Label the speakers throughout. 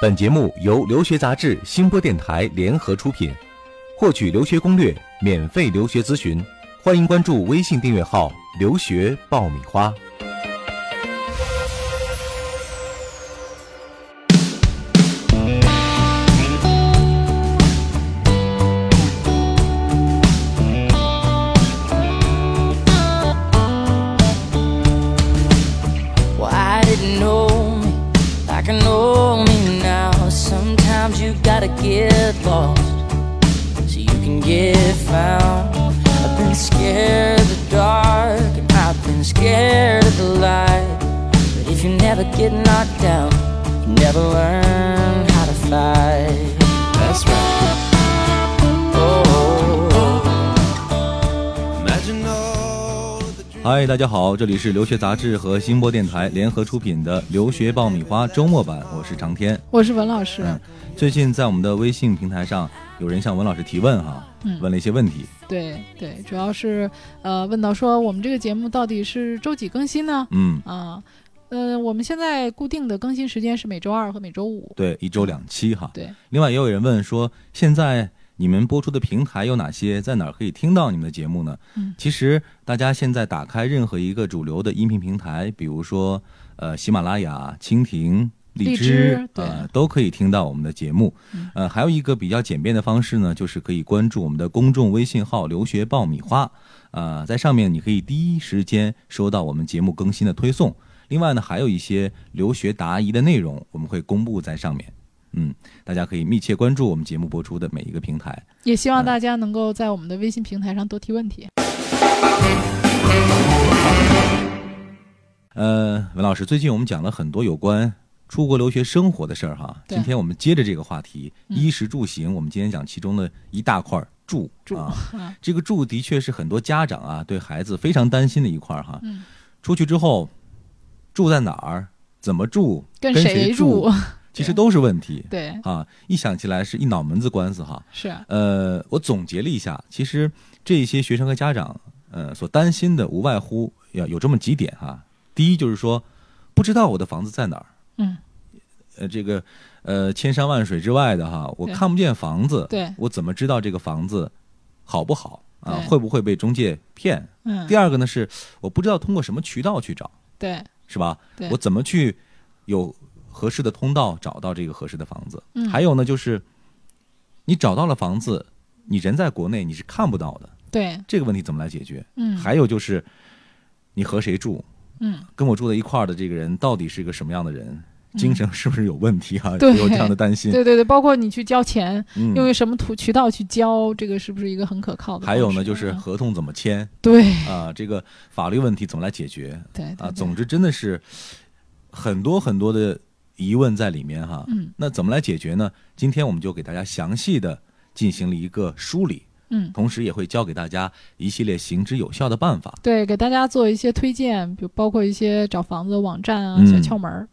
Speaker 1: 本节目由留学杂志、新播电台联合出品。获取留学攻略、免费留学咨询，欢迎关注微信订阅号“留学爆米花”。
Speaker 2: Well, I didn't know me like I know me now. Sometimes you gotta get lost so you can get found. I've been scared of the dark, and I've been scared of the light. But if you never get knocked down, you never learn how to fight. That's right. Oh,
Speaker 3: Imagine all of the dreams.
Speaker 1: 嗨，大家好，这里是留学杂志和新播电台联合出品的《留学爆米花》周末版，我是长天。
Speaker 4: 我是文老师，
Speaker 1: 嗯，最近在我们的微信平台上，有人向文老师提问哈，
Speaker 4: 嗯
Speaker 1: 问了一些问题。
Speaker 4: 对对，主要是呃问到说我们这个节目到底是周几更新呢？
Speaker 1: 嗯，
Speaker 4: 啊，呃，我们现在固定的更新时间是每周二和每周五。
Speaker 1: 对，一周两期哈。
Speaker 4: 对，
Speaker 1: 另外也有人问说，现在你们播出的平台有哪些？在哪儿可以听到你们的节目呢？
Speaker 4: 嗯
Speaker 1: 其实大家现在打开任何一个主流的音频平台，比如说呃喜马拉雅、蜻蜓。荔
Speaker 4: 荔
Speaker 1: 枝
Speaker 4: 枝对
Speaker 1: 呃都可以听到我们的节目，
Speaker 4: 嗯
Speaker 1: 呃，还有一个比较简便的方式呢，就是可以关注我们的公众微信号“留学爆米花”，呃，在上面你可以第一时间收到我们节目更新的推送。另外呢，还有一些留学答疑的内容，我们会公布在上面。嗯，大家可以密切关注我们节目播出的每一个平台。
Speaker 4: 也希
Speaker 1: 嗯
Speaker 4: 望大家能够在我们的微信平台上多提问题。
Speaker 1: 呃，文老师，最近我们讲了很多有关出国留学生活的事儿哈。
Speaker 4: 对
Speaker 1: 今天我们接着这个话题，
Speaker 4: 嗯
Speaker 1: 衣食住行，我们今天讲其中的一大块儿住
Speaker 4: 住
Speaker 1: 啊。
Speaker 4: 啊，
Speaker 1: 这个住的确是很多家长啊对孩子非常担心的一块儿哈。
Speaker 4: 嗯
Speaker 1: 出去之后，住在哪儿，怎么住，
Speaker 4: 跟
Speaker 1: 谁
Speaker 4: 谁住？
Speaker 1: 其实都是问题
Speaker 4: 对，
Speaker 1: 啊。一想起来是一脑门子官司哈。
Speaker 4: 是啊
Speaker 1: 呃，我总结了一下，其实这些学生和家长，呃，所担心的无外乎要有这么几点哈、第一就是说，不知道我的房子在哪儿，
Speaker 4: 嗯，
Speaker 1: 呃，这个呃千山万水之外的哈，我
Speaker 4: 对
Speaker 1: 看不见房子，
Speaker 4: 嗯对，
Speaker 1: 我怎么知道这个房子好不好啊？
Speaker 4: 对
Speaker 1: 会不会被中介骗？
Speaker 4: 嗯
Speaker 1: 第，二个呢是，我不知道通过什么渠道去找，
Speaker 4: 对，
Speaker 1: 是吧？
Speaker 4: 对
Speaker 1: 我怎么去有合适的通道找到这个合适的房子？
Speaker 4: 嗯
Speaker 1: 还有呢，就是你找到了房子，你人在国内你是看不到的，
Speaker 4: 对，
Speaker 1: 这个问题怎么来解决？
Speaker 4: 嗯，
Speaker 1: 还有就是你和谁住，
Speaker 4: 嗯，
Speaker 1: 跟我住在一块儿的这个人到底是个什么样的人？精神是不是有问题啊？
Speaker 4: 对
Speaker 1: 有这样的担心。
Speaker 4: 对对对，包括你去交钱，
Speaker 1: 嗯，
Speaker 4: 用于什么途渠道去交，这个是不是一个很可靠的方
Speaker 1: 还
Speaker 4: 式？
Speaker 1: 有呢，就是
Speaker 4: 嗯
Speaker 1: 合同怎么签
Speaker 4: 对
Speaker 1: 啊、这个法律问题怎么来解决
Speaker 4: 对对
Speaker 1: 啊？
Speaker 4: 对
Speaker 1: 总之，真的是很多很多的疑问在里面哈。
Speaker 4: 嗯
Speaker 1: 那怎么来解决呢？今天我们就给大家详细的进行了一个梳理，
Speaker 4: 嗯。
Speaker 1: 同时也会教给大家一系列行之有效的办法。
Speaker 4: 对，给大家做一些推荐，比如包括一些找房子的网站啊、
Speaker 1: 嗯
Speaker 4: 小窍门儿。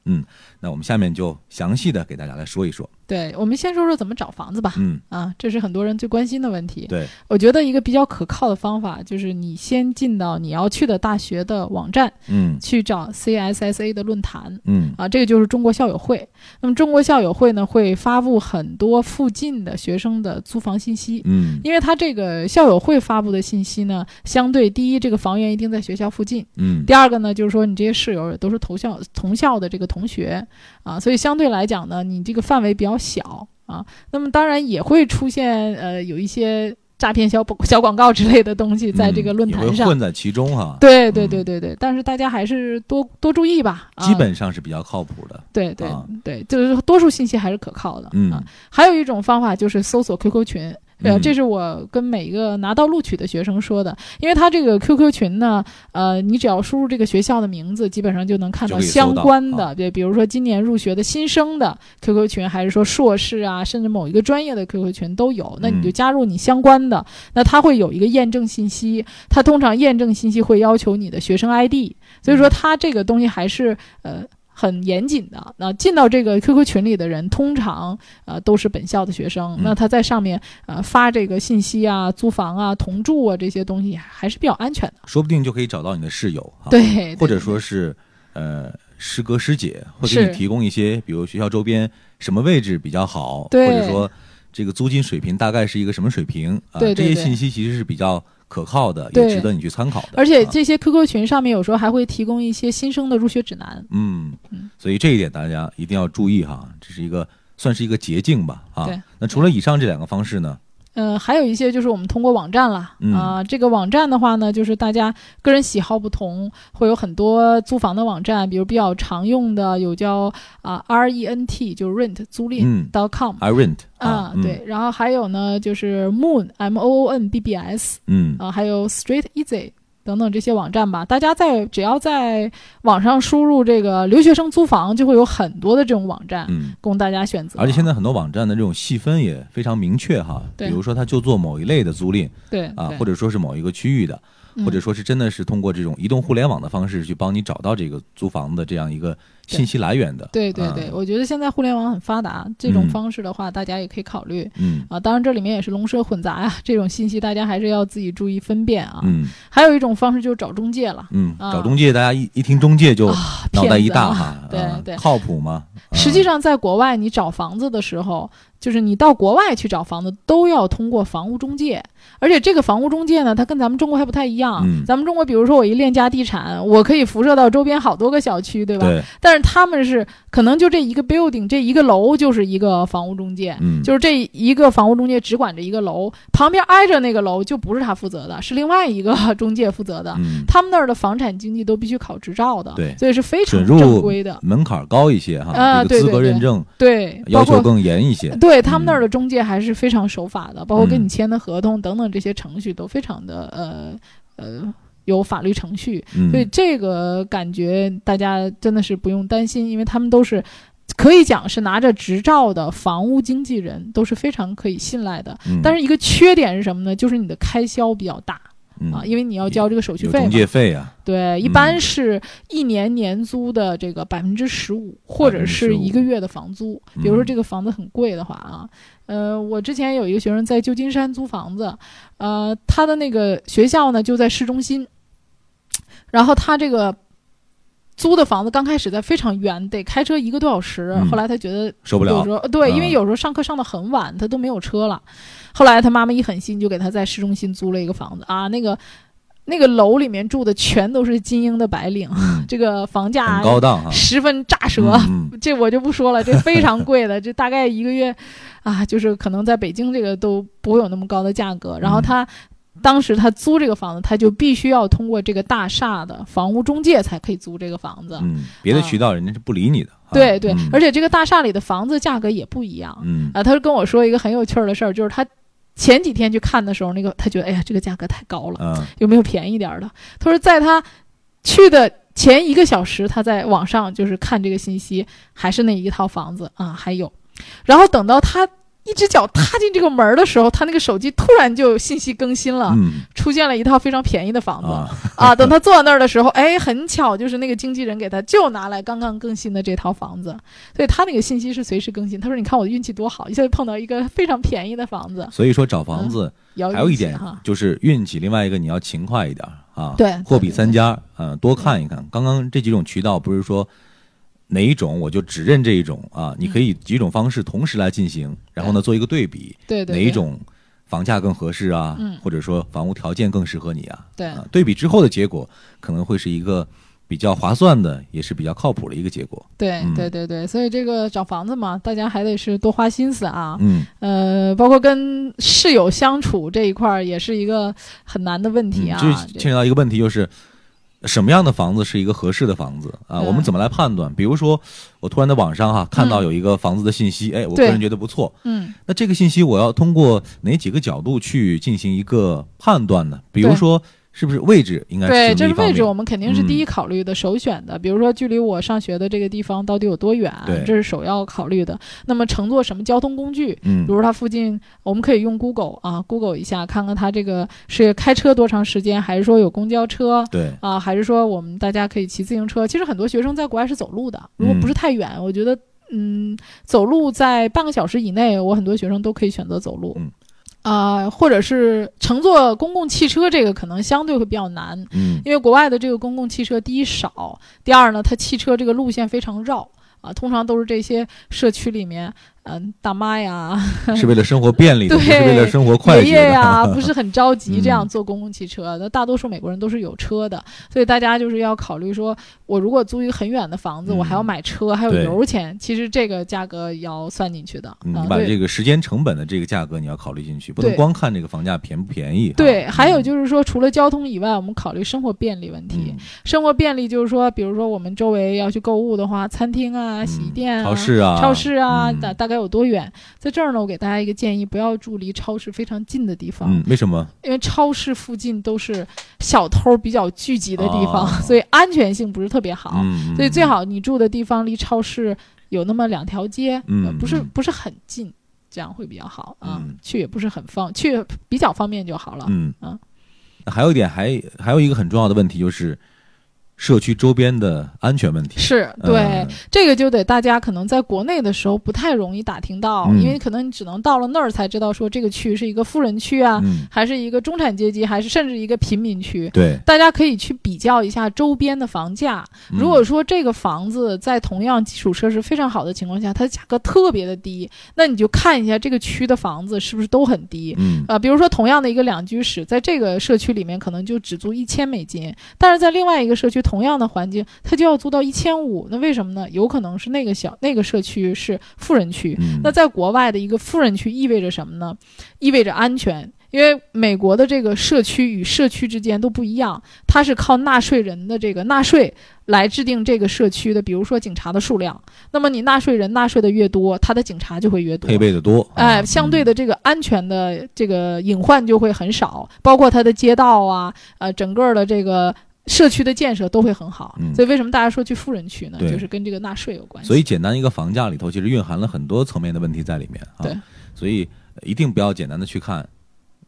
Speaker 1: 那我们下面就详细的给大家来说一说。
Speaker 4: 对，我们先说说怎么找房子吧。
Speaker 1: 嗯，
Speaker 4: 啊，这是很多人最关心的问题。
Speaker 1: 对，
Speaker 4: 我觉得一个比较可靠的方法就是你先进到你要去的大学的网站
Speaker 1: 嗯
Speaker 4: 去找 CSSA 的论坛
Speaker 1: 嗯
Speaker 4: 啊，这个就是中国校友会。那么中国校友会呢会发布很多附近的学生的租房信息。
Speaker 1: 嗯
Speaker 4: 因为它这个校友会发布的信息呢，相对第一，这个房源一定在学校附近，
Speaker 1: 嗯
Speaker 4: 第二个呢，就是说你这些室友也都是同校同校的这个同学啊，所以相对来讲呢，你这个范围比较小啊。那么当然也会出现呃有一些诈骗小小广告之类的东西在这个
Speaker 1: 嗯
Speaker 4: 论坛
Speaker 1: 也会
Speaker 4: 上。
Speaker 1: 混在其中哈。，
Speaker 4: 对对对对对，但是大家还是多多注意吧。啊、
Speaker 1: 基本上是比较靠谱的。
Speaker 4: 对对、
Speaker 1: 啊
Speaker 4: 对，就是多数信息还是可靠的、
Speaker 1: 嗯
Speaker 4: 啊。还有一种方法就是搜索 QQ 群，呃，
Speaker 1: 嗯
Speaker 4: 这是我跟每一个拿到录取的学生说的，因为他这个 QQ 群呢，呃，你只要输入这个学校的名字，基本上就能看
Speaker 1: 就
Speaker 4: 到
Speaker 1: 可以搜到
Speaker 4: 相关
Speaker 1: 啊
Speaker 4: 的，对，比如说今年入学的新生的 QQ 群，还是说硕士啊，甚至某一个专业的 QQ 群都有，那你就
Speaker 1: 嗯
Speaker 4: 加入你相关的，那他会有一个验证信息，他通常验证信息会要求你的学生 ID，所
Speaker 1: 嗯
Speaker 4: 以说他这个东西还是呃。很严谨的，那进到这个 QQ 群里的人，通常呃都是本校的学生
Speaker 1: 嗯。
Speaker 4: 那他在上面呃发这个信息啊、租房啊、同住啊这些东西，还是比较安全的。
Speaker 1: 说不定就可以找到你的室友哈。，
Speaker 4: 对，
Speaker 1: 或
Speaker 4: 对
Speaker 1: 者说是呃师哥师姐，会给你
Speaker 4: 是
Speaker 1: 提供一些，比如学校周边什么位置比较好，或
Speaker 4: 对
Speaker 1: 者说这个租金水平大概是一个什么水平啊？
Speaker 4: 对对
Speaker 1: 这些
Speaker 4: 对
Speaker 1: 信息其实是比较可靠的，也
Speaker 4: 对
Speaker 1: 值得你去参考的。
Speaker 4: 而且
Speaker 1: 啊
Speaker 4: 这些 QQ 群上面有时候还会提供一些新生的入学指南。
Speaker 1: 嗯
Speaker 4: 嗯，
Speaker 1: 所以这一点大家一定要注意哈，这是一个算是一个捷径吧啊
Speaker 4: 对。
Speaker 1: 那除了以上这两个方式呢？
Speaker 4: 呃，还有一些就是我们通过网站啦，啊、
Speaker 1: 嗯
Speaker 4: 这个网站的话呢，就是大家个人喜好不同，会有很多租房的网站，比如比较常用的有叫啊、R E N T，就是 rent 租赁
Speaker 1: 嗯
Speaker 4: dot com、
Speaker 1: ，I rent
Speaker 4: 啊，
Speaker 1: 嗯
Speaker 4: 对，，然后还有呢就是 moon m o o n b b s
Speaker 1: 嗯
Speaker 4: 啊，还有 street easy 等等这些网站吧，大家在只要在网上输入这个留学生租房，就会有很多的这种网站、
Speaker 1: 嗯。
Speaker 4: 供大家选择。
Speaker 1: 而且现在很多网站的这种细分也非常明确哈，比
Speaker 4: 对
Speaker 1: 如说它就做某一类的租赁
Speaker 4: 对
Speaker 1: 啊，
Speaker 4: 对
Speaker 1: 或者说是某一个区域的，或者
Speaker 4: 嗯
Speaker 1: 说是真的是通过这种移动互联网的方式去帮你找到这个租房的这样一个信息来源的。
Speaker 4: 对对
Speaker 1: 啊
Speaker 4: 对，，我觉得现在互联网很发达，这种
Speaker 1: 嗯
Speaker 4: 方式的话，大家也可以考虑
Speaker 1: 嗯
Speaker 4: 啊。当然，这里面也是龙蛇混杂呀、这种信息大家还是要自己注意分辨啊。
Speaker 1: 嗯
Speaker 4: 还有一种方式就是找中介了，
Speaker 1: 嗯，
Speaker 4: 啊
Speaker 1: 找中介，大家一一听中介就脑袋一大
Speaker 4: 骗子
Speaker 1: 哈
Speaker 4: 啊，对
Speaker 1: 啊
Speaker 4: 对
Speaker 1: 靠谱吗？啊
Speaker 4: 实际，上，在国外你找房子的时候，就是你到国外去找房子，都要通过房屋中介。而且这个房屋中介呢，它跟咱们中国还不太一样。
Speaker 1: 嗯
Speaker 4: 咱们中国，比如说我一链家地产，我可以辐射到周边好多个小区，对吧？
Speaker 1: 对，
Speaker 4: 但是他们是可能就这一个 building，这一个楼就是一个房屋中介。
Speaker 1: 嗯，
Speaker 4: 就是这一个房屋中介只管着一个楼，旁边挨着那个楼就不是他负责的，是另外一个中介负责的。
Speaker 1: 嗯，
Speaker 4: 他们那儿的房产经纪都必须考执照的，
Speaker 1: 对
Speaker 4: 所以是非
Speaker 1: 准
Speaker 4: 常
Speaker 1: 入
Speaker 4: 正规的。
Speaker 1: 门槛高一些哈，
Speaker 4: 啊
Speaker 1: 这个
Speaker 4: 对
Speaker 1: 资
Speaker 4: 对
Speaker 1: 格
Speaker 4: 对
Speaker 1: 认证
Speaker 4: 对，
Speaker 1: 要
Speaker 4: 包
Speaker 1: 求
Speaker 4: 括呃
Speaker 1: 更严一些。
Speaker 4: 对他们那儿
Speaker 1: 嗯
Speaker 4: 的中介还是非常守法的，包括跟
Speaker 1: 嗯
Speaker 4: 你签的合同等等这些程序都非常的呃呃有法律程序，
Speaker 1: 嗯，
Speaker 4: 所以这个感觉大家真的是不用担心，因为他们都是。可以讲是拿着执照的房屋经纪人都是非常可以信赖的，
Speaker 1: 嗯
Speaker 4: 但是一个缺点是什么呢？就是你的开销比较大
Speaker 1: 嗯
Speaker 4: 啊，因为你要交这个手续
Speaker 1: 有
Speaker 4: 费
Speaker 1: 中
Speaker 4: 嘛。
Speaker 1: 介费 啊，
Speaker 4: 对，一
Speaker 1: 嗯
Speaker 4: 般是一年年租的这个百分之十五，或者是一个月的房租。比如说这个房子很贵的话啊，呃，我之前有一个学生在旧金山租房子，呃，他的那个学校呢就在市中心，然后他这个。租的房子刚开始在非常远，得开车一个多小时。
Speaker 1: 嗯
Speaker 4: 后来他觉得
Speaker 1: 受不
Speaker 4: 有
Speaker 1: 了
Speaker 4: 时，候呃对，因
Speaker 1: 嗯
Speaker 4: 为有时候上课上的很晚，他都没有车了。后来他妈妈一狠心，就给他在市中心租了一个房子啊，那个那个楼里面住的全都是精英的白领，
Speaker 1: 嗯，
Speaker 4: 这个房价
Speaker 1: 很高档哈，
Speaker 4: 十分炸舌。
Speaker 1: 嗯，嗯
Speaker 4: 这我就不说了，这非常贵的，这大概一个月，啊，就是可能在北京这个都不会有那么高的价格。然后
Speaker 1: 嗯
Speaker 4: 他当时他租这个房子，他就必须要通过这个大厦的房屋中介才可以租这个房子。
Speaker 1: 嗯，别的渠道人家是不理你的。啊
Speaker 4: 对对，
Speaker 1: 嗯
Speaker 4: 而且这个大厦里的房子价格也不一样。
Speaker 1: 嗯
Speaker 4: 啊，他就跟我说一个很有趣儿的事儿，就是他前几天去看的时候，那个他觉得哎呀，这个价格太高了，
Speaker 1: 嗯
Speaker 4: 有没有便宜点儿的？他说在他去的前一个小时，他在网上就是看这个信息，还是那一套房子啊，还有，然后等到他。一只脚踏进这个门儿的时候，他那个手机突然就信息更新了，
Speaker 1: 嗯
Speaker 4: 出现了一套非常便宜的房子
Speaker 1: 啊，
Speaker 4: 啊等他坐在那儿的时候，哎，很巧，就是那个经纪人给他就拿来刚刚更新的这套房子，所以他那个信息是随时更新。他说：“你看我的运气多好，一下就碰到一个非常便宜的房子。
Speaker 1: 所以说找房子
Speaker 4: 也嗯要运气”
Speaker 1: 还有一点
Speaker 4: 哈，
Speaker 1: 就是运气，另外一个你要勤快一点啊，
Speaker 4: 对
Speaker 1: 货比
Speaker 4: 对
Speaker 1: 三家，嗯，多看一看。刚刚这几种渠道不是说哪一种我就只认这一种啊，
Speaker 4: 嗯
Speaker 1: 你可以几种方式同时来进行，然后呢做一个对比，
Speaker 4: 对对
Speaker 1: 哪一？种房价更合适啊
Speaker 4: 嗯，
Speaker 1: 或者说房屋条件更适合你啊，
Speaker 4: 对
Speaker 1: 啊，对比之后的结果可能会是一个比较划算的，也是比较靠谱的一个结果，
Speaker 4: 对
Speaker 1: 嗯
Speaker 4: 对对对对，所以这个找房子嘛，大家还得是多花心思啊。
Speaker 1: 嗯。
Speaker 4: 呃，包括跟室友相处这一块儿，也是一个很难的问题啊。
Speaker 1: 嗯、这
Speaker 4: 这
Speaker 1: 牵扯到一个问题，就是什么样的房子是一个合适的房子啊？
Speaker 4: 嗯
Speaker 1: 我们怎么来判断？比如说，我突然在网上哈看到有一个房子的信息，哎，我个
Speaker 4: 对
Speaker 1: 人觉得不错，
Speaker 4: 嗯
Speaker 1: 那这个信息我要通过哪几个角度去进行一个判断呢？比如
Speaker 4: 对
Speaker 1: 说，是不是位置应该
Speaker 4: 对，
Speaker 1: 这么
Speaker 4: 这
Speaker 1: 一
Speaker 4: 是
Speaker 1: 方
Speaker 4: 位置，
Speaker 1: 面
Speaker 4: 我们肯定是第一
Speaker 1: 嗯
Speaker 4: 考虑的、首选的。比如说，距离我上学的这个地方到底有多远啊
Speaker 1: 对，
Speaker 4: 这是首要考虑的。那么，乘坐什么交通工具？
Speaker 1: 嗯
Speaker 4: 比如它附近，我们可以用 Google 啊，Google 一下，看看它这个是开车多长时间，还是说有公交车
Speaker 1: 对，
Speaker 4: 啊，还是说我们大家可以骑自行车？其实很多学生在国外是走路的，如果
Speaker 1: 嗯
Speaker 4: 不是太远，我觉得嗯，走路在半个小时以内，我很多学生都可以选择走路。
Speaker 1: 嗯
Speaker 4: 呃，或者是乘坐公共汽车，这个可能相对会比较难，
Speaker 1: 嗯
Speaker 4: 因为国外的这个公共汽车，第一少，第二呢，它汽车这个路线非常绕啊，通常都是这些社区里面，嗯、大妈呀、
Speaker 1: 是为了生活便利的，不是
Speaker 4: 对
Speaker 1: 为了生活快
Speaker 4: 爷
Speaker 1: 捷
Speaker 4: 爷
Speaker 1: 的。
Speaker 4: 呀、不是很着急这样
Speaker 1: 嗯
Speaker 4: 坐公共汽车。那、大多数美国人都是有车的，所以大家就是要考虑说，我如果租一个很远的房子，
Speaker 1: 嗯
Speaker 4: 我还要买车，还有
Speaker 1: 对
Speaker 4: 油钱，其实这个价格要算进去的。
Speaker 1: 嗯
Speaker 4: 啊
Speaker 1: 你，把
Speaker 4: 对
Speaker 1: 这个时间成本的这个价格你要考虑进去，不能
Speaker 4: 对
Speaker 1: 光看这个房价便不便宜。
Speaker 4: 对，
Speaker 1: 哈
Speaker 4: 还有就是说，除了交通以外，我们考虑生活便利问题。
Speaker 1: 嗯
Speaker 4: 生活便利就是说，比如说我们周围要去购物的话，餐厅啊、
Speaker 1: 嗯
Speaker 4: 洗衣店啊、
Speaker 1: 超市啊、
Speaker 4: 超市啊，大
Speaker 1: 嗯
Speaker 4: 大概有多远？在这儿呢，我给大家一个建议，不要住离超市非常近的地方，
Speaker 1: 嗯，为什么？
Speaker 4: 因为超市附近都是小偷比较聚集的地方，
Speaker 1: 哦
Speaker 4: 所以安全性不是特别好。
Speaker 1: 嗯，
Speaker 4: 所以
Speaker 1: 嗯
Speaker 4: 最好你住的地方离超市有那么两条街，
Speaker 1: 嗯
Speaker 4: 呃不是
Speaker 1: 嗯
Speaker 4: 不是很近，这样会比较好啊。
Speaker 1: 嗯
Speaker 4: 去也不是很方，去也比较方便就好了。
Speaker 1: 嗯
Speaker 4: 啊
Speaker 1: 那还有一点，还还有一个很重要的问题就是社区周边的安全问题。
Speaker 4: 是对、
Speaker 1: 呃
Speaker 4: 这个就得大家可能在国内的时候不太容易打听到，
Speaker 1: 嗯
Speaker 4: 因为可能你只能到了那儿才知道说这个区是一个富人区啊，
Speaker 1: 嗯，
Speaker 4: 还是一个中产阶级，还是甚至一个贫民区。
Speaker 1: 对。
Speaker 4: 大家可以去比较一下周边的房价。
Speaker 1: 嗯
Speaker 4: 如果说这个房子在同样基础设施非常好的情况下，它价格特别的低，那你就看一下这个区的房子是不是都很低。
Speaker 1: 嗯
Speaker 4: 呃，比如说同样的一个两居室，在这个社区里面可能就只租一千美金，但是在另外一个社区同样的环境，它就要租到一千五。那为什么呢？有可能是那个小那个社区是富人区，
Speaker 1: 嗯，
Speaker 4: 那在国外的一个富人区意味着什么呢？意味着安全，因为美国的这个社区与社区之间都不一样，它是靠纳税人的这个纳税来制定这个社区的，比如说警察的数量。那么你纳税人纳税的越多，他的警察就会越多
Speaker 1: 配。备的多，
Speaker 4: 哎，
Speaker 1: 啊
Speaker 4: 相对的这个安全的这个隐患就会很少，包括它的街道啊，呃，整个的这个社区的建设都会很好。
Speaker 1: 嗯
Speaker 4: 所以为什么大家说去富人区呢？
Speaker 1: 对
Speaker 4: 就是跟这个纳税有关系。
Speaker 1: 所以简单一个房价里头，其实蕴含了很多层面的问题在里面啊。
Speaker 4: 对，
Speaker 1: 所以呃一定不要简单的去看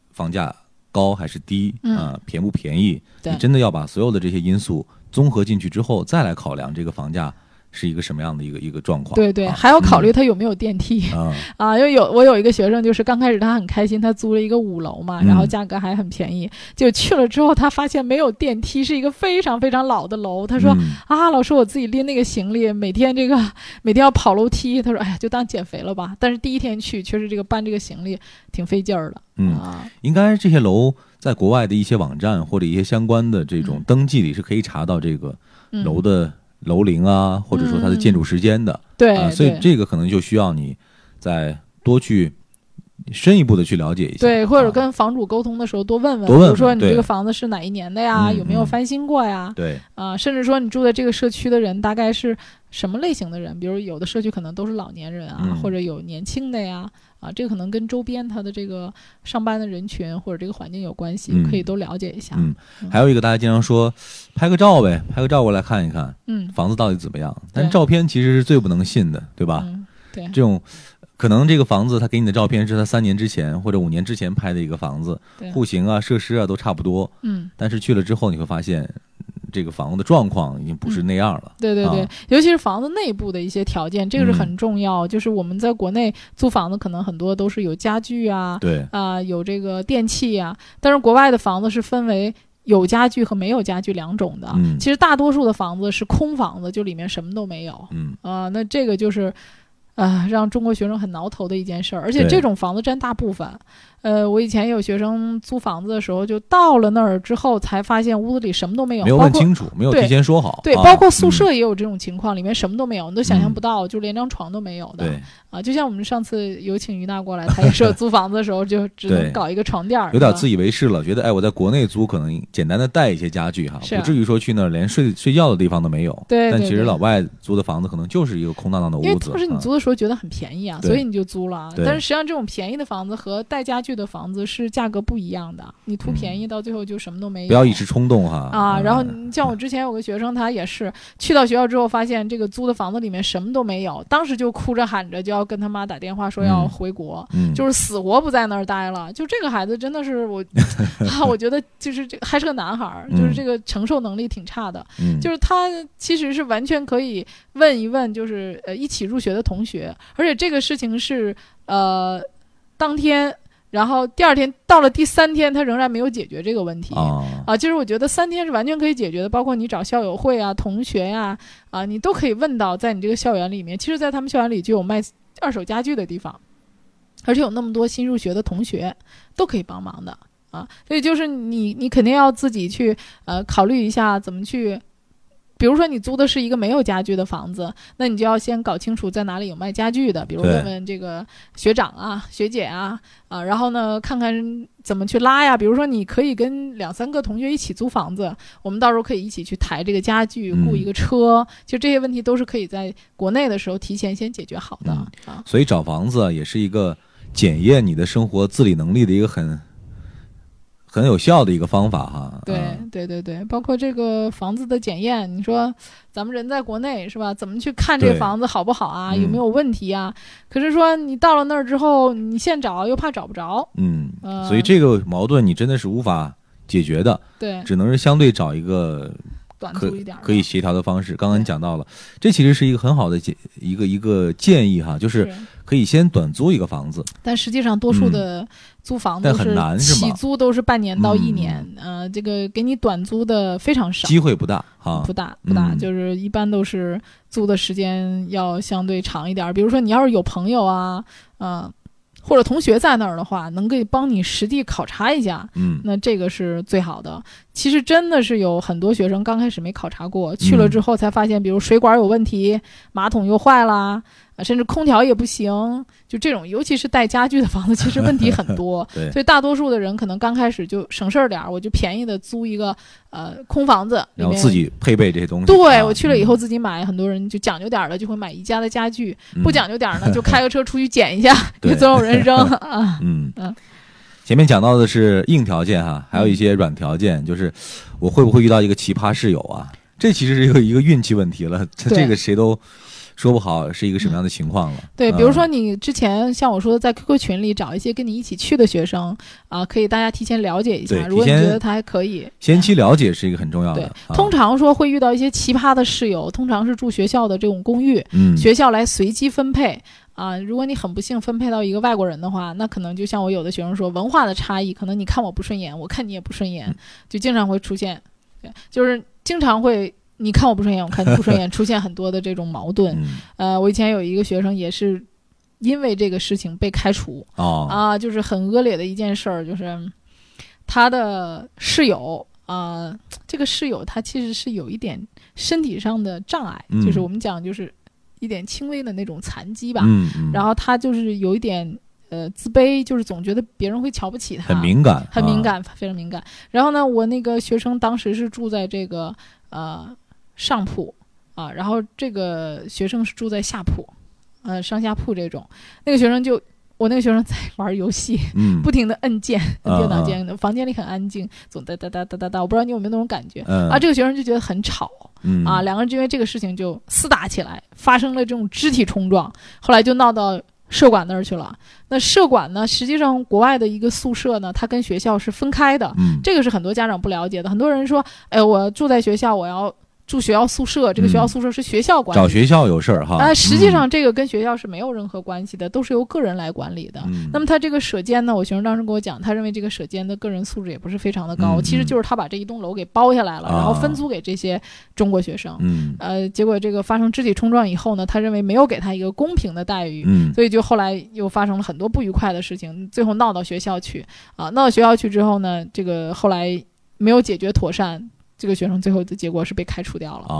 Speaker 1: 房价高还是低
Speaker 4: 嗯
Speaker 1: 啊，便不便宜。
Speaker 4: 对
Speaker 1: 你真的要把所有的这些因素综合进去之后，再来考量这个房价是一个什么样的一个一个状况。
Speaker 4: 对对，
Speaker 1: 啊
Speaker 4: 还要考虑
Speaker 1: 嗯
Speaker 4: 它有没有电梯。
Speaker 1: 啊，
Speaker 4: 啊，因为有我有一个学生，就是刚开始他很开心，他租了一个五楼嘛，
Speaker 1: 嗯
Speaker 4: 然后价格还很便宜。就去了之后，他发现没有电梯，是一个非常非常老的楼。他说：“
Speaker 1: 嗯
Speaker 4: 啊，老师，我自己拎那个行李，每天这个每天要跑楼梯。”他说：“哎呀，就当减肥了吧。”但是第一天去，确实这个搬这个行李挺费劲儿的、
Speaker 1: 嗯，
Speaker 4: 啊。
Speaker 1: 应该这些楼在国外的一些网站或者一些相关的这种登记里是可以查到这个
Speaker 4: 嗯、
Speaker 1: 楼的楼龄啊，或者说它的建筑时间的
Speaker 4: 对、
Speaker 1: 啊，所以
Speaker 4: 哎对
Speaker 1: 这个可能就需要你再多去深一步的去了解一下，
Speaker 4: 对，或者
Speaker 1: 啊
Speaker 4: 跟房主沟通的时候多问问，
Speaker 1: 多问
Speaker 4: 比如说
Speaker 1: 问
Speaker 4: 你
Speaker 1: 对
Speaker 4: 这个房子是哪一年的呀，
Speaker 1: 嗯
Speaker 4: 有没有
Speaker 1: 嗯
Speaker 4: 翻新过呀？
Speaker 1: 对
Speaker 4: 啊、甚至说你住在这个社区的人大概是什么类型的人？比如有的社区可能都是老年人啊，
Speaker 1: 嗯
Speaker 4: 或者有年轻的呀，啊，这个可能跟周边他的这个上班的人群或者这个环境有关系，
Speaker 1: 嗯
Speaker 4: 可以都了解一下。
Speaker 1: 嗯还有一个大家经常说，拍个照呗，拍个照过来看一看
Speaker 4: 嗯
Speaker 1: 房子到底怎么样，但
Speaker 4: 对
Speaker 1: 照片其实是最不能信的，对吧？
Speaker 4: 嗯对
Speaker 1: 这种可能这个房子他给你的照片是他三年之前或者五年之前拍的一个房子
Speaker 4: 对，
Speaker 1: 户型啊、设施啊都差不多，
Speaker 4: 嗯，
Speaker 1: 但是去了之后你会发现，嗯这个房子的状况已经不
Speaker 4: 嗯
Speaker 1: 是那样了。
Speaker 4: 对对对，
Speaker 1: 啊
Speaker 4: 尤其是房子内部的一些条件，这个是很
Speaker 1: 嗯
Speaker 4: 重要。就是我们在国内租房子，可能很多都是有家具啊，
Speaker 1: 对，
Speaker 4: 啊、有这个电器呀、但是国外的房子是分为有家具和没有家具两种的。
Speaker 1: 嗯
Speaker 4: 其实大多数的房子是空房子，就里面什么都没有
Speaker 1: 嗯，
Speaker 4: 啊、那这个就是。啊、让中国学生很挠头的一件事儿，而且
Speaker 1: 对
Speaker 4: 这种房子占大部分。呃，我以前有学生租房子的时候，就到了那儿之后才发现屋子里什么都没有，
Speaker 1: 没有
Speaker 4: 包
Speaker 1: 问
Speaker 4: 括
Speaker 1: 清楚，没有
Speaker 4: 对
Speaker 1: 提前说好。
Speaker 4: 对，
Speaker 1: 啊
Speaker 4: 包括宿舍也有这种情况，里面什么都没有，你都想象
Speaker 1: 嗯
Speaker 4: 不到，就连张床都没有
Speaker 1: 嗯
Speaker 4: 的。
Speaker 1: 对，
Speaker 4: 啊，就像我们上次有请于娜过来，她也说租房子的时 候就只能
Speaker 1: 对
Speaker 4: 搞一个床垫儿，
Speaker 1: 有点自
Speaker 4: 自己。
Speaker 1: 以为是了，觉得哎，我在国内租可能简单的带一些家具哈，
Speaker 4: 是啊
Speaker 1: 不至于说去那儿连睡睡觉的地方都没有。
Speaker 4: 对对
Speaker 1: 但其实
Speaker 4: 对
Speaker 1: 老外租的房子可能就是一个空荡荡的
Speaker 4: 因为
Speaker 1: 屋子。
Speaker 4: 当时你
Speaker 1: 啊
Speaker 4: 租的时候觉得很便宜啊，
Speaker 1: 对
Speaker 4: 所以你就租了啊。
Speaker 1: 对
Speaker 4: 但是实际上，这种便宜的房子和带家具的房子是价格不一样的。你图便宜，到最后就什么都没有。
Speaker 1: 嗯不要一时冲动哈。
Speaker 4: 啊。
Speaker 1: 嗯
Speaker 4: 然后你像我之前有个学生，他也是去到学校之后，发现这个租的房子里面什么都没有，当时就哭着喊着就要跟他妈打电话说要
Speaker 1: 嗯
Speaker 4: 回国。
Speaker 1: 嗯，
Speaker 4: 就是死活不在那儿待了。就这个孩子真的 是我，啊，我觉得就是这还是个男孩儿，
Speaker 1: 嗯
Speaker 4: 就是这个承受能力挺差的。
Speaker 1: 嗯
Speaker 4: 就是他其实是完全可以问一问，就是呃一起入学的同学，而且这个事情是呃当天。然后第二天到了第三天，他仍然没有解决这个问题。
Speaker 1: 啊，
Speaker 4: 啊，就是我觉得三天是完全可以解决的，包括你找校友会啊、同学呀、啊，你都可以问到，在你这个校园里面，其实，在他们校园里就有卖二手家具的地方，而且有那么多新入学的同学都可以帮忙的啊，所以就是你你肯定要自己去呃考虑一下怎么去。比如说你租的是一个没有家具的房子，那你就要先搞清楚在哪里有卖家具的，比如
Speaker 1: 对
Speaker 4: 问问这个学长啊、学姐啊啊，然后呢看看怎么去拉呀。比如说你可以跟两三个同学一起租房子，我们到时候可以一起去抬这个家具，
Speaker 1: 嗯
Speaker 4: 雇一个车，就这些问题都是可以在国内的时候提前先解决好的、
Speaker 1: 嗯
Speaker 4: 啊。
Speaker 1: 所以找房子啊也是一个检验你的生活自理能力的一个很很有效的一个方法哈。
Speaker 4: 对
Speaker 1: 嗯
Speaker 4: 对对对，包括这个房子的检验，你说咱们人在国内是吧？怎么去看这
Speaker 1: 对
Speaker 4: 房子好不好啊？
Speaker 1: 嗯
Speaker 4: 有没有问题啊？可是说你到了那儿之后，你现找又怕找不着，
Speaker 1: 嗯，
Speaker 4: 呃
Speaker 1: 所以这个矛盾你真的是无法解决的，
Speaker 4: 对，
Speaker 1: 只能是相对找一个
Speaker 4: 短
Speaker 1: 可
Speaker 4: 租一点儿
Speaker 1: 可以协调的方式。刚刚你
Speaker 4: 对
Speaker 1: 讲到了，这其实是一个很好的建一个一个建议哈，就是
Speaker 4: 是
Speaker 1: 可以先短租一个房子，
Speaker 4: 但实际上，多数的租房
Speaker 1: 嗯
Speaker 4: 都
Speaker 1: 但很难是吗
Speaker 4: 起租都是半年到一
Speaker 1: 嗯
Speaker 4: 年，呃，这个给你短租的非常少，
Speaker 1: 机会不大哈
Speaker 4: 不。大不大，
Speaker 1: 嗯
Speaker 4: 就是一般都是租的时间要相对长一点儿。比如说，你要是有朋友啊，呃，或者同学在那儿的话，能给帮你实地考察一下，
Speaker 1: 嗯，
Speaker 4: 那这个是最好的。其实真的是有很多学生刚开始没考察过，去
Speaker 1: 嗯
Speaker 4: 了之后才发现，比如水管有问题，马桶又坏啦，啊甚至空调也不行，就这种，尤其是带家具的房子，其实问题很多
Speaker 1: 。对
Speaker 4: 所以大多数的人可能刚开始就省事儿点儿，我就便宜的租一个呃空房子，里
Speaker 1: 然后
Speaker 4: 面
Speaker 1: 自。己配备这些东西。
Speaker 4: 对
Speaker 1: 啊
Speaker 4: 我去了以
Speaker 1: 嗯
Speaker 4: 后自己买，很多人就讲究点儿了，就会买宜家的家具；
Speaker 1: 嗯
Speaker 4: 不讲究点儿呢，就开个车出去捡一下，
Speaker 1: 对
Speaker 4: 也总 有人扔啊。
Speaker 1: 嗯
Speaker 4: 嗯，
Speaker 1: 前面讲到的是硬条件哈，还有一些软条件，就是我会不会遇到一个奇葩室友啊？这其实是一个一个运气问题了， 这
Speaker 4: 对
Speaker 1: 这个谁都说不好是一个什么样的情况了。
Speaker 4: 对，
Speaker 1: 嗯
Speaker 4: 比如说你之前像我说的，在 QQ 群里找一些跟你一起去的学生啊，可以大家提前了解一
Speaker 1: 对
Speaker 4: 下，如果你
Speaker 1: 提前
Speaker 4: 觉得他还可以。
Speaker 1: 先期了解是一个很重要
Speaker 4: 对
Speaker 1: 的，，啊
Speaker 4: 通常说会遇到一些奇葩的室友，通常是住学校的这种公寓，
Speaker 1: 嗯
Speaker 4: 学校来随机分配啊。如果你很不幸分配到一个外国人的话，那可能就像我有的学生说，文化的差异，可能你看我不顺眼，我看你也不顺眼
Speaker 1: 嗯，
Speaker 4: 就经常会出现，对就是经常会你看我不顺眼，我看你不顺 眼，出现很多的这种矛盾。
Speaker 1: 嗯
Speaker 4: 呃，我以前有一个学生也是因为这个事情被开除
Speaker 1: 哦
Speaker 4: 啊，就是很恶劣的一件事儿，就是他的室友啊、这个室友他其实是有一点身体上的障碍，就是
Speaker 1: 嗯
Speaker 4: 我们讲就是一点轻微的那种残疾吧，
Speaker 1: 嗯嗯，
Speaker 4: 然后他就是有一点呃自卑，就是总觉得别人会瞧不起他，
Speaker 1: 很敏感，
Speaker 4: 很
Speaker 1: 啊
Speaker 4: 敏，感，非常敏感。然后呢，我那个学生当时是住在这个呃上铺啊，然后这个学生是住在下铺，呃上下铺这种。那个学生就我那个学生在 玩游戏，
Speaker 1: 嗯，
Speaker 4: 不停的摁键，摁电
Speaker 1: 啊
Speaker 4: 脑
Speaker 1: 啊
Speaker 4: 键，房间里很安静，总哒哒哒哒哒哒。我不知道你有没有那种感觉
Speaker 1: 嗯
Speaker 4: 啊？这个学生就觉得很吵。
Speaker 1: 嗯
Speaker 4: 啊，两个人就因为这个事情就厮打起来，发生了这种肢体冲撞，后来就闹到社管那儿去了。那社管呢，实际上国外的一个宿舍呢，它跟学校是分开的，
Speaker 1: 嗯
Speaker 4: 这个是很多家长不了解的。很多人说，哎，我住在学校，我要住学校宿舍，这个学校
Speaker 1: 嗯
Speaker 4: 宿舍是学校管理。
Speaker 1: 找学校有事儿哈，
Speaker 4: 啊，实际
Speaker 1: 嗯
Speaker 4: 上这个跟学校是没有任何关系的，都是由个人来管理的。
Speaker 1: 嗯
Speaker 4: 那么他这个舍监呢，我学生当时跟我讲，他认为这个舍监的个人素质也不是非常的高，
Speaker 1: 嗯
Speaker 4: 其实就是他把这一栋楼给包下来了，
Speaker 1: 啊
Speaker 4: 然后分租给这些中国学生。
Speaker 1: 嗯
Speaker 4: 呃，结果这个发生肢体冲撞以后呢，他认为没有给他一个公平的待遇，
Speaker 1: 嗯
Speaker 4: 所以就后来又发生了很多不愉快的事情，最后闹到学校去啊，闹到学校去之后呢，这个后来没有解决妥善，这个学生最后的结果是被开除掉了。
Speaker 1: 啊，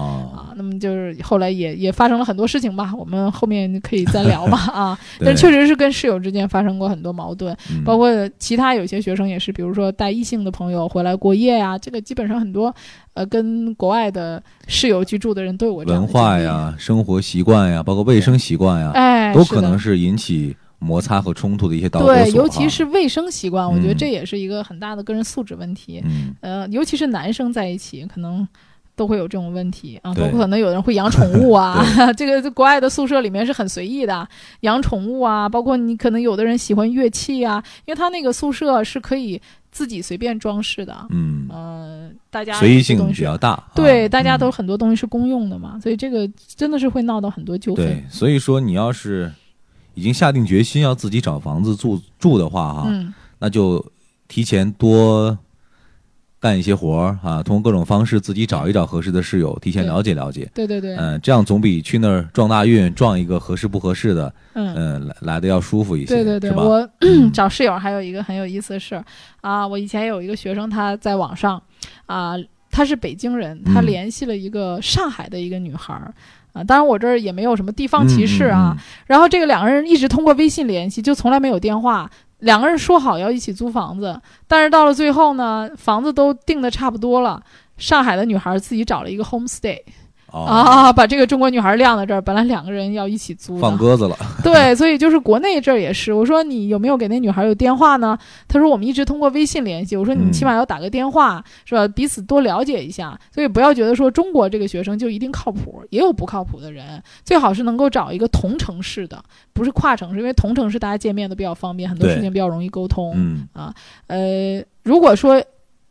Speaker 4: 啊，那么就是后来也也发生了很多事情吧，我们后面可以再聊吧啊。
Speaker 1: 对
Speaker 4: 但确实是跟室友之间发生过很多矛盾，
Speaker 1: 嗯
Speaker 4: 包括其他有些学生也是，比如说带异性的朋友回来过夜呀、这个基本上很多呃跟国外的室友居住的人都有过这样
Speaker 1: 文
Speaker 4: 的
Speaker 1: 化
Speaker 4: 经历，
Speaker 1: 呀、生活习惯呀，包括卫生习惯呀，
Speaker 4: 哎，
Speaker 1: 都
Speaker 4: 是
Speaker 1: 可能
Speaker 4: 的
Speaker 1: 是引起摩擦和冲突的一些导火索哈。
Speaker 4: 对，尤其是卫生习惯，我觉得
Speaker 1: 嗯
Speaker 4: 这也是一个很大的个人素质问题。
Speaker 1: 嗯，
Speaker 4: 呃，尤其是男生在一起，可能。都会有这种问题啊，
Speaker 1: 对
Speaker 4: 包括可能有人会养宠物 啊， 这个在国外的宿舍里面是很随意的，养宠物啊，包括你可能有的人喜欢乐器啊，因为他那个宿舍是可以自己随便装饰的，
Speaker 1: 嗯，
Speaker 4: 呃，大家
Speaker 1: 随意
Speaker 4: 这
Speaker 1: 性
Speaker 4: 东西
Speaker 1: 比较大。
Speaker 4: 对，
Speaker 1: 啊
Speaker 4: 大家
Speaker 1: 嗯
Speaker 4: 都很多东西是公用的嘛，所以这个真的是会闹到很多纠纷。
Speaker 1: 对，所以说你要是已经下定决心要自己找房子住住的话，哈，
Speaker 4: 嗯，
Speaker 1: 那就提前多干一些活儿啊，通过各种方式自己找一找合适的室友，提前了解了解。
Speaker 4: 对对对，
Speaker 1: 嗯，这样总比去那儿撞大运撞一个合适不合适的，
Speaker 4: 嗯
Speaker 1: 嗯，来来的要舒服一些，
Speaker 4: 对对对，
Speaker 1: 是吧？
Speaker 4: 我
Speaker 1: 嗯
Speaker 4: 找室友还有一个很有意思的事啊，我以前有一个学生，他在网上啊，他是北京人，他
Speaker 1: 嗯
Speaker 4: 联系了一个上海的一个女孩儿。啊，当然我这儿也没有什么地方歧视啊。
Speaker 1: 嗯，嗯
Speaker 4: 然后这个两个人一直通过微信联系，就从来没有电话。两个人说好要一起租房子，但是到了最后呢，房子都定的差不多了。上海的女孩儿自己找了一个 homestay
Speaker 1: 嗯哦，
Speaker 4: 啊，把这个中国女孩儿晾在这儿。本来两个人要一起租的，
Speaker 1: 放鸽子了，
Speaker 4: 对，所以就是国内这儿也是，我说你有没有给那女孩有电话呢？她说我们一直通过微信联系。我说你
Speaker 1: 嗯
Speaker 4: 起码要打个电话，是吧？彼此多了解一下。所以不要觉得说中国这个学生就一定靠谱，也有不靠谱的人。最好是能够找一个同城市的，不是跨城市，因为同城市大家见面都比较方便，很多
Speaker 1: 对
Speaker 4: 事情比较容易沟通。
Speaker 1: 嗯
Speaker 4: 呃，如果说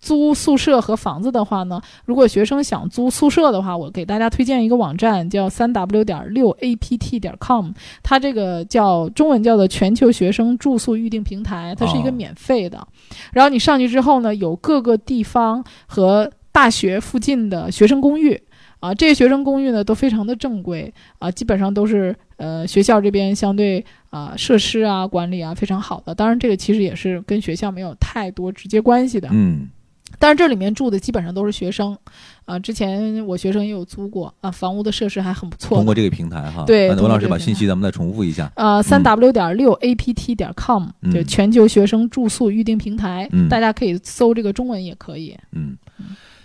Speaker 4: 租宿舍和房子的话呢，如果学生想租宿舍的话，我给大家推荐一个网站，叫三 w 点六 apt 点 com，它这个叫中文叫做全球学生住宿预订平台，它是一个
Speaker 1: 哦
Speaker 4: 免费的。然后你上去之后呢，有各个地方和大学附近的学生公寓。啊，这些学生公寓呢都非常的正规啊，基本上都是呃学校这边相对啊、设施啊管理啊非常好的。当然，这个其实也是跟学校没有太多直接关系的。
Speaker 1: 嗯，
Speaker 4: 但是这里面住的基本上都是学生，啊、之前我学生也有租过啊，房屋的设施还很不错
Speaker 1: 通。过这个平台哈，
Speaker 4: 对
Speaker 1: 刚才
Speaker 4: 通过
Speaker 1: 文老师
Speaker 4: 这个
Speaker 1: 把
Speaker 4: 平
Speaker 1: 信
Speaker 4: 台
Speaker 1: 息咱们再重复一下，
Speaker 4: 呃，三 w 点六 apt 点 com
Speaker 1: 嗯
Speaker 4: 就全球学生住宿预订平台，
Speaker 1: 嗯
Speaker 4: 大家可以搜这个中文也可以。
Speaker 1: 嗯，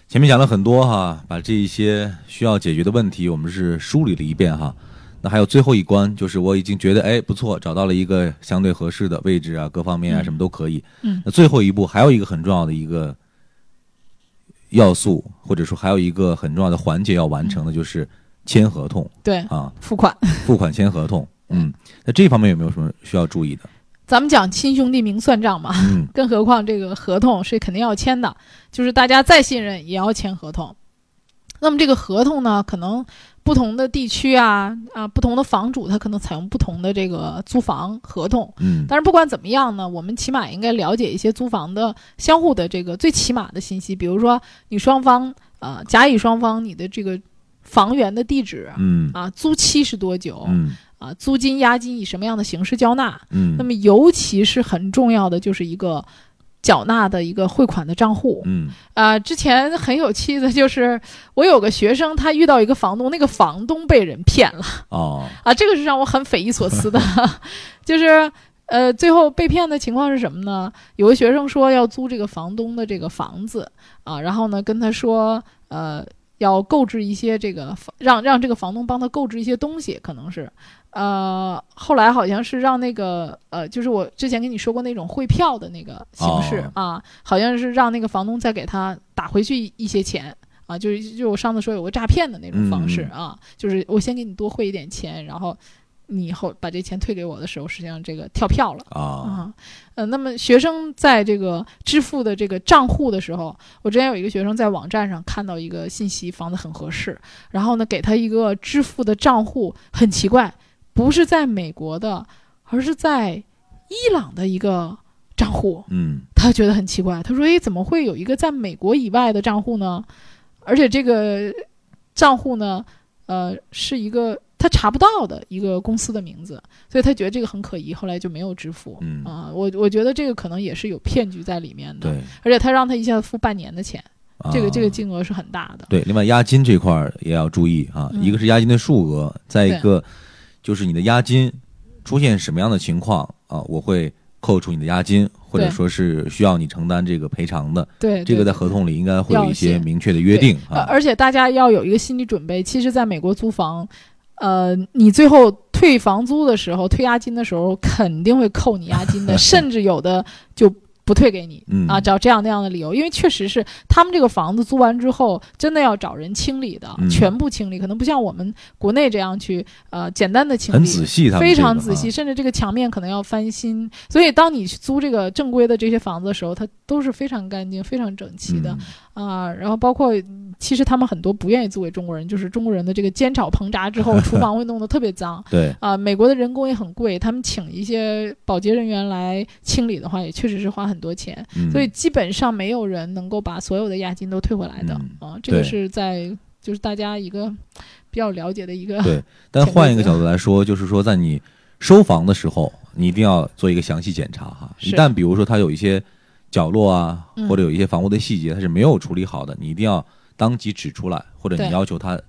Speaker 1: 前面讲了很多哈，把这一些需要解决的问题，我们是梳理了一遍哈。那还有最后一关，就是我已经觉得哎不错，找到了一个相对合适的位置啊，各方面啊
Speaker 4: 嗯
Speaker 1: 什么都可以。
Speaker 4: 嗯
Speaker 1: 那最后一步还有一个很重要的一个要素，或者说还有一个很重要的环节要完
Speaker 4: 嗯
Speaker 1: 成的，就是签合同
Speaker 4: 对，
Speaker 1: 啊，
Speaker 4: 付款。
Speaker 1: 付款签合同。嗯，那这方面有没有什么需要注意的？
Speaker 4: 咱们讲亲兄弟明算账嘛，
Speaker 1: 嗯
Speaker 4: 更何况这个合同是肯定要签的，就是大家再信任也要签合同。那么这个合同呢，可能不同的地区啊啊，不同的房主他可能采用不同的这个租房合同。
Speaker 1: 嗯
Speaker 4: 但是不管怎么样呢，我们起码应该了解一些租房的相互的这个最起码的信息，比如说你双方呃甲乙双方你的这个房源的地址
Speaker 1: 嗯
Speaker 4: 啊，租期是多久、
Speaker 1: 嗯
Speaker 4: 啊，租金押金以什么样的形式交纳，
Speaker 1: 嗯，
Speaker 4: 那么尤其是很重要的就是一个缴纳的一个汇款的账户。
Speaker 1: 嗯
Speaker 4: 啊、之前很有气的就是我有个学生，他遇到一个房东，那个房东被人骗了
Speaker 1: 哦
Speaker 4: 啊，这个是让我很匪夷所思的，就是。呃，最后被骗的情况是什么呢？有个学生说要租这个房东的这个房子啊，然后呢跟他说，呃，要购置一些这个房，让让这个房东帮他购置一些东西，可能是，呃，后来好像是让那个呃，就是我之前跟你说过那种汇票的那个形式、啊，好像是让那个房东再给他打回去一些钱。啊，就是就我上次说有个诈骗的那种方式
Speaker 1: 嗯
Speaker 4: 啊，就是我先给你多汇一点钱，然后你以后把这钱退给我的时候，实际上这个跳票了。
Speaker 1: 啊
Speaker 4: 啊，呃，那么学生在这个支付的这个账户的时候，我之前有一个学生在网站上看到一个信息，房子很合适，然后呢，给他一个支付的账户，很奇怪，不是在美国的，而是在伊朗的一个账户，
Speaker 1: 嗯
Speaker 4: 他觉得很奇怪，他说：“诶，怎么会有一个在美国以外的账户呢？而且这个账户呢，呃，是一个他查不到的一个公司的名字，所以他觉得这个很可疑，后来就没有支付。
Speaker 1: 嗯
Speaker 4: 啊、我我觉得这个可能也是有骗局在里面的。
Speaker 1: 对。
Speaker 4: 而且他让他一下子付半年的钱，这个、这
Speaker 1: 啊
Speaker 4: 个金额是很大的。
Speaker 1: 对，另外押金这块儿也要注意啊，
Speaker 4: 嗯
Speaker 1: 一个是押金的数额，再一
Speaker 4: 对
Speaker 1: 个就是你的押金出现什么样的情况啊，我会扣除你的押金，或者
Speaker 4: 对
Speaker 1: 说是需要你承担这个赔偿的，
Speaker 4: 对，
Speaker 1: 这
Speaker 4: 对
Speaker 1: 个在合同里应该会有一
Speaker 4: 要
Speaker 1: 些
Speaker 4: 写
Speaker 1: 明确的约定
Speaker 4: 呃，
Speaker 1: 啊。
Speaker 4: 而且大家要有一个心理准备，其实在美国租房，呃，你最后退房租的时候、退押金的时候，肯定会扣你押 金的，甚至有的就不退给你。
Speaker 1: 嗯
Speaker 4: 啊，找这样那样的理由，因为确实是他们这个房子租完之后，真的要找人清理的，
Speaker 1: 嗯
Speaker 4: 全部清理，可能不像我们国内这样去呃简单的清理，
Speaker 1: 很仔细，他们
Speaker 4: 非
Speaker 1: 这
Speaker 4: 常
Speaker 1: 个
Speaker 4: 仔细，
Speaker 1: 啊。
Speaker 4: 甚至这个墙面可能要翻新。所以，当你去租这个正规的这些房子的时候，它都是非常干净、非常整齐的。
Speaker 1: 嗯
Speaker 4: 啊，然后包括其实他们很多不愿意作为中国人，就是中国人的这个煎炒烹炸之后，厨房会弄得特别脏。
Speaker 1: 对，
Speaker 4: 啊、美国的人工也很贵，他们请一些保洁人员来清理的话，也确实是花很多钱，
Speaker 1: 嗯
Speaker 4: 所以基本上没有人能够把所有的押金都退回来的啊、
Speaker 1: 嗯
Speaker 4: 这个
Speaker 1: 对
Speaker 4: 是在就是大家一个比较了解的一个
Speaker 1: 对但换一个角度来说，就是说在你收房的时候，你一定要做一个详细检查哈。一
Speaker 4: 是
Speaker 1: 旦比如说它有一些角落啊，
Speaker 4: 嗯
Speaker 1: 或者有一些房屋的细节它是没有处理好的，你一定要当即指出来，或者
Speaker 4: 对
Speaker 1: 你要求他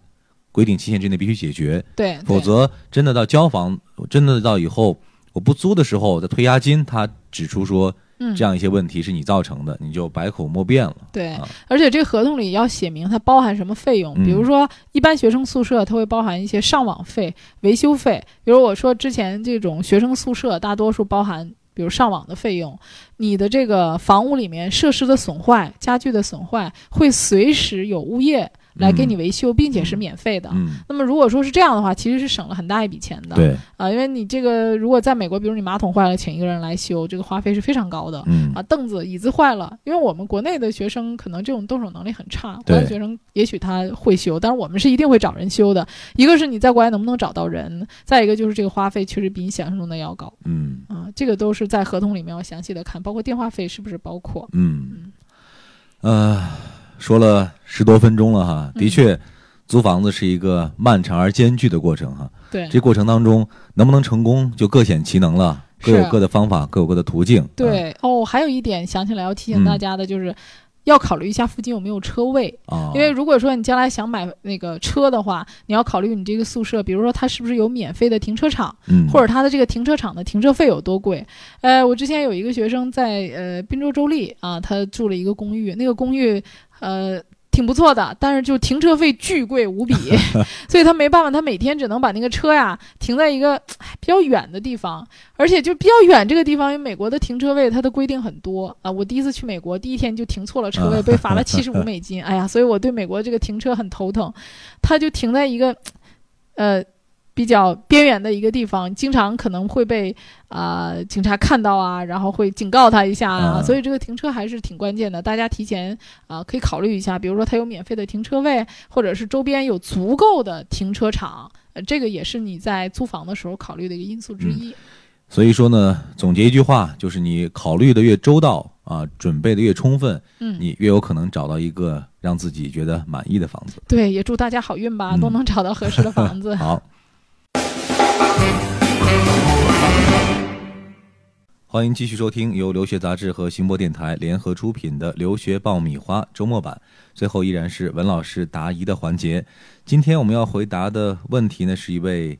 Speaker 1: 规定期限之内必须解决，
Speaker 4: 对，
Speaker 1: 否
Speaker 4: 对
Speaker 1: 则真的到交房，真的到以后我不租的时候再退押金，他指出说
Speaker 4: 嗯
Speaker 1: 这样一些问题是你造成的，你就百口莫辩了。
Speaker 4: 对
Speaker 1: 啊，
Speaker 4: 而且这个合同里要写明它包含什么费用，比如
Speaker 1: 嗯
Speaker 4: 说一般学生宿舍它会包含一些上网费、维修费，比如我说之前这种学生宿舍大多数包含。比如上网的费用，你的这个房屋里面设施的损坏、家具的损坏，会随时有物业来给你维修，并且是免费的。
Speaker 1: 嗯，
Speaker 4: 那么如果说是这样的话，其实是省了很大一笔钱的。
Speaker 1: 对，
Speaker 4: 啊，因为你这个如果在美国，比如你马桶坏了，请一个人来修，这个花费是非常高的。
Speaker 1: 嗯
Speaker 4: 啊，凳子、椅子坏了，因为我们国内的学生可能这种动手能力很差，国
Speaker 1: 对
Speaker 4: 外学生也许他会修，但是我们是一定会找人修的。一个是你在国外能不能找到人，再一个就是这个花费确实比你想象中的要高
Speaker 1: 嗯。
Speaker 4: 啊，这个都是在合同里面要详细的看，包括电话费是不是包括。
Speaker 1: 嗯，呃，说了十多分钟了哈，的确，租房子是一个漫长而艰巨的过程哈。
Speaker 4: 对
Speaker 1: 这过嗯程当中能不能成功，就各显其能了，各
Speaker 4: 是
Speaker 1: 有各的方法，各有各的途径。啊
Speaker 4: 对、哦，还有一点想起来要提醒大
Speaker 1: 嗯
Speaker 4: 家的就是。要考虑一下附近有没有车位，
Speaker 1: 啊，
Speaker 4: 因为如果说你将来想买那个车的话，你要考虑你这个宿舍，比如说它是不是有免费的停车场，
Speaker 1: 嗯，
Speaker 4: 或者它的这个停车场的停车费有多贵。呃，我之前有一个学生在呃滨州州立啊，他住了一个公寓，那个公寓呃。挺不错的，但是就停车费巨贵无比，所以他没办法，他每天只能把那个车呀停在一个唉比较远的地方，而且就比较远这个地方，因为美国的停车位它的规定很多啊。我第一次去美国，第一天就停错了车位，被罚了七十五美金。哎呀，所以我对美国这个停车很头疼。他就停在一个呃比较边缘的一个地方，经常可能会被啊、呃警察看到啊，然后会警告他一下啊，
Speaker 1: 嗯
Speaker 4: 所以这个停车还是挺关键的，大家提前啊、可以考虑一下，比如说它有免费的停车位，或者是周边有足够的停车场，呃，这个也是你在租房的时候考虑的一个因素之一。
Speaker 1: 所以说呢，总结一句话，就是你考虑的越周到啊，准备的越充分，
Speaker 4: 嗯，
Speaker 1: 你越有可能找到一个让自己觉得满意的房子。
Speaker 4: 对，也祝大家好运吧，都
Speaker 1: 嗯
Speaker 4: 能找到合适的 房子。
Speaker 1: 好。欢迎继续收听由留学杂志和行博电台联合出品的《留学爆米花》周末版。最后依然是文老师答疑的环节。今天我们要回答的问题呢，是一位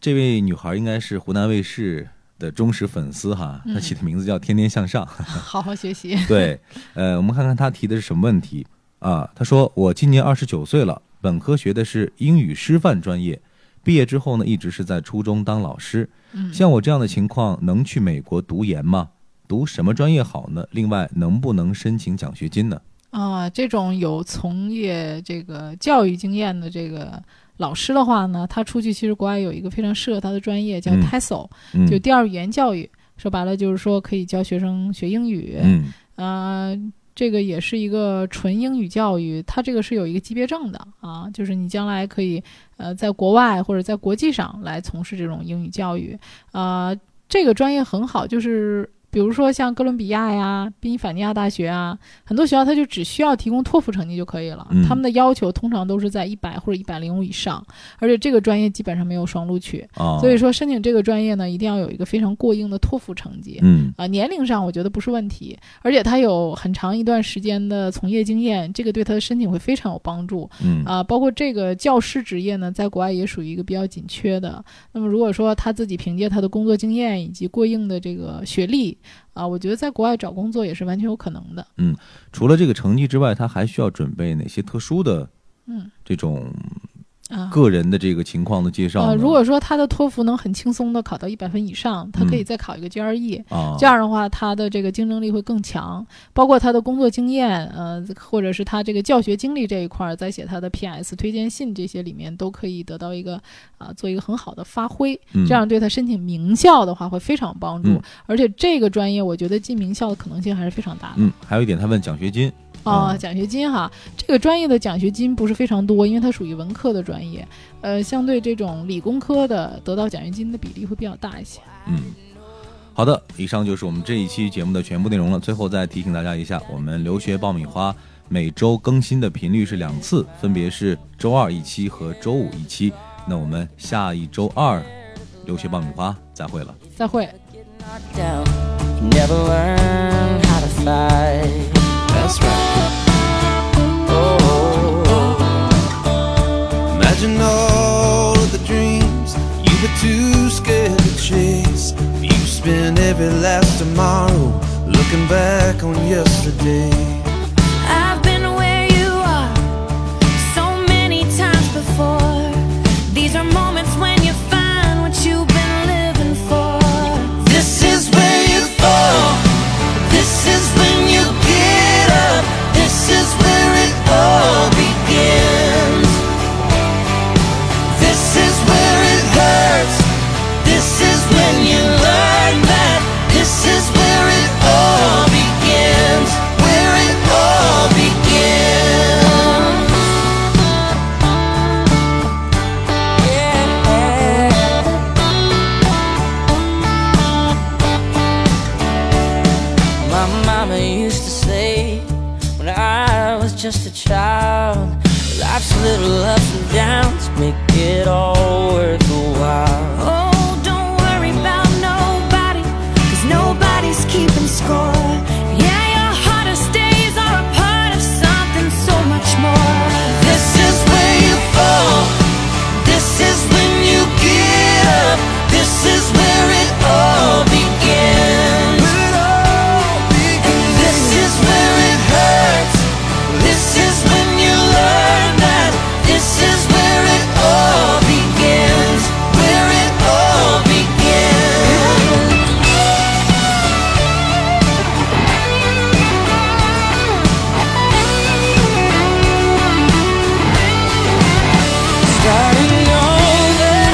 Speaker 1: 这位女孩应该是湖南卫视的忠实粉丝哈，她起的名字叫天天向上。
Speaker 4: 好好学习。
Speaker 1: 对，呃，我们看看他提的是什么问题啊？他说我今年二十九岁了，本科学的是英语师范专业，毕业之后呢，一直是在初中当老师。
Speaker 4: 嗯
Speaker 1: 像我这样的情况，能去美国读研吗？读什么专业好呢？另外，能不能申请奖学金呢？
Speaker 4: 啊，这种有从业这个教育经验的这个老师的话呢，他出去其实国外有一个非常适合他的专业叫
Speaker 1: 嗯
Speaker 4: TESOL，、
Speaker 1: 嗯
Speaker 4: 就第二语言教育。说白了就是说可以教学生学英语，
Speaker 1: 嗯
Speaker 4: 啊，这个也是一个纯英语教育，它这个是有一个级别证的啊，就是你将来可以呃在国外或者在国际上来从事这种英语教育啊、这个专业很好，就是。比如说像哥伦比亚呀、宾夕法尼亚大学啊，很多学校它就只需要提供托福成绩就可以了。
Speaker 1: 嗯
Speaker 4: 他们的要求通常都是在一百或者一百零五以上，而且这个专业基本上没有双录取，
Speaker 1: 啊，
Speaker 4: 所以说申请这个专业呢，一定要有一个非常过硬的托福成绩。
Speaker 1: 嗯
Speaker 4: 啊、年龄上我觉得不是问题，而且他有很长一段时间的从业经验，这个对他的申请会非常有帮助
Speaker 1: 嗯
Speaker 4: 啊、包括这个教师职业呢，在国外也属于一个比较紧缺的。那么如果说他自己凭借他的工作经验以及过硬的这个学历啊、我觉得在国外找工作也是完全有可能的。
Speaker 1: 除了这个成绩之外，他还需要准备哪些特殊的
Speaker 4: 嗯
Speaker 1: 这种
Speaker 4: 啊。
Speaker 1: 个人的这个情况的介绍呢？
Speaker 4: 呃，如果说他的托福能很轻松的考到一百分以上，他可以
Speaker 1: 嗯
Speaker 4: 再考一个 E GRE，、
Speaker 1: 啊，
Speaker 4: 这样的话，他的这个竞争力会更强，包括他的工作经验，呃，或者是他这个教学经历这一块儿，在写他的 PS 推荐信这些里面，都可以得到一个啊、做一个很好的发挥。
Speaker 1: 嗯
Speaker 4: 这样对他申请名校的话会非常有帮助，
Speaker 1: 嗯
Speaker 4: 而且这个专业我觉得进名校的可能性还是非常大的。
Speaker 1: 嗯嗯，还有一点，他问奖学金，
Speaker 4: 啊、
Speaker 1: 嗯
Speaker 4: 奖学金哈，这个专业的奖学金不是非常多，因为它属于文科的专业，呃，相对这种理工科的得到奖学金的比例会比较大一些。
Speaker 1: 嗯，好的，以上就是我们这一期节目的全部内容了。最后再提醒大家一下，我们留学爆米花每周更新的频率是两次，分别是周二一期和周五一期。那我们下一周二留学爆米花再会了。
Speaker 4: 再会。
Speaker 2: knocked down. You never learn how to fight.
Speaker 3: That's right.
Speaker 2: Oh,
Speaker 3: Imagine all of the dreams you were too scared to chase. You spend every last tomorrow looking back on yesterday.
Speaker 5: I've been where you are so many times before. These are moments when you find what you've been living for.
Speaker 2: this is where you fall. This is when you get up. This is where it all begins. This is where it hurts. This is when you learn that. This is where it all begins. Where it all begins. Yeah. My mama used to say when I was just a child, life's little ups and downs make it all worth the while.
Speaker 5: Oh, don't worry about nobody, cause nobody's keeping score. Yeah, your hardest days are a part of something so much more.
Speaker 2: This is where you fall. This is when you get up. This is where it all begins. And this is where it hurts. This is when you learn that. This is where it all begins. Where it all begins. Starting over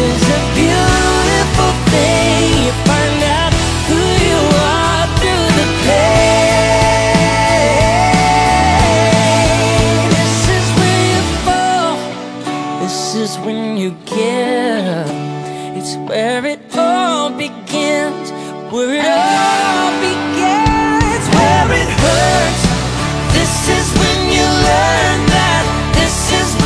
Speaker 2: is a beautiful thing. You find out who you are through the pain. This is where you fall. This is when you get up. It's where it all begins. Where it all begins. Where it hurts. This is when you learn that. This is.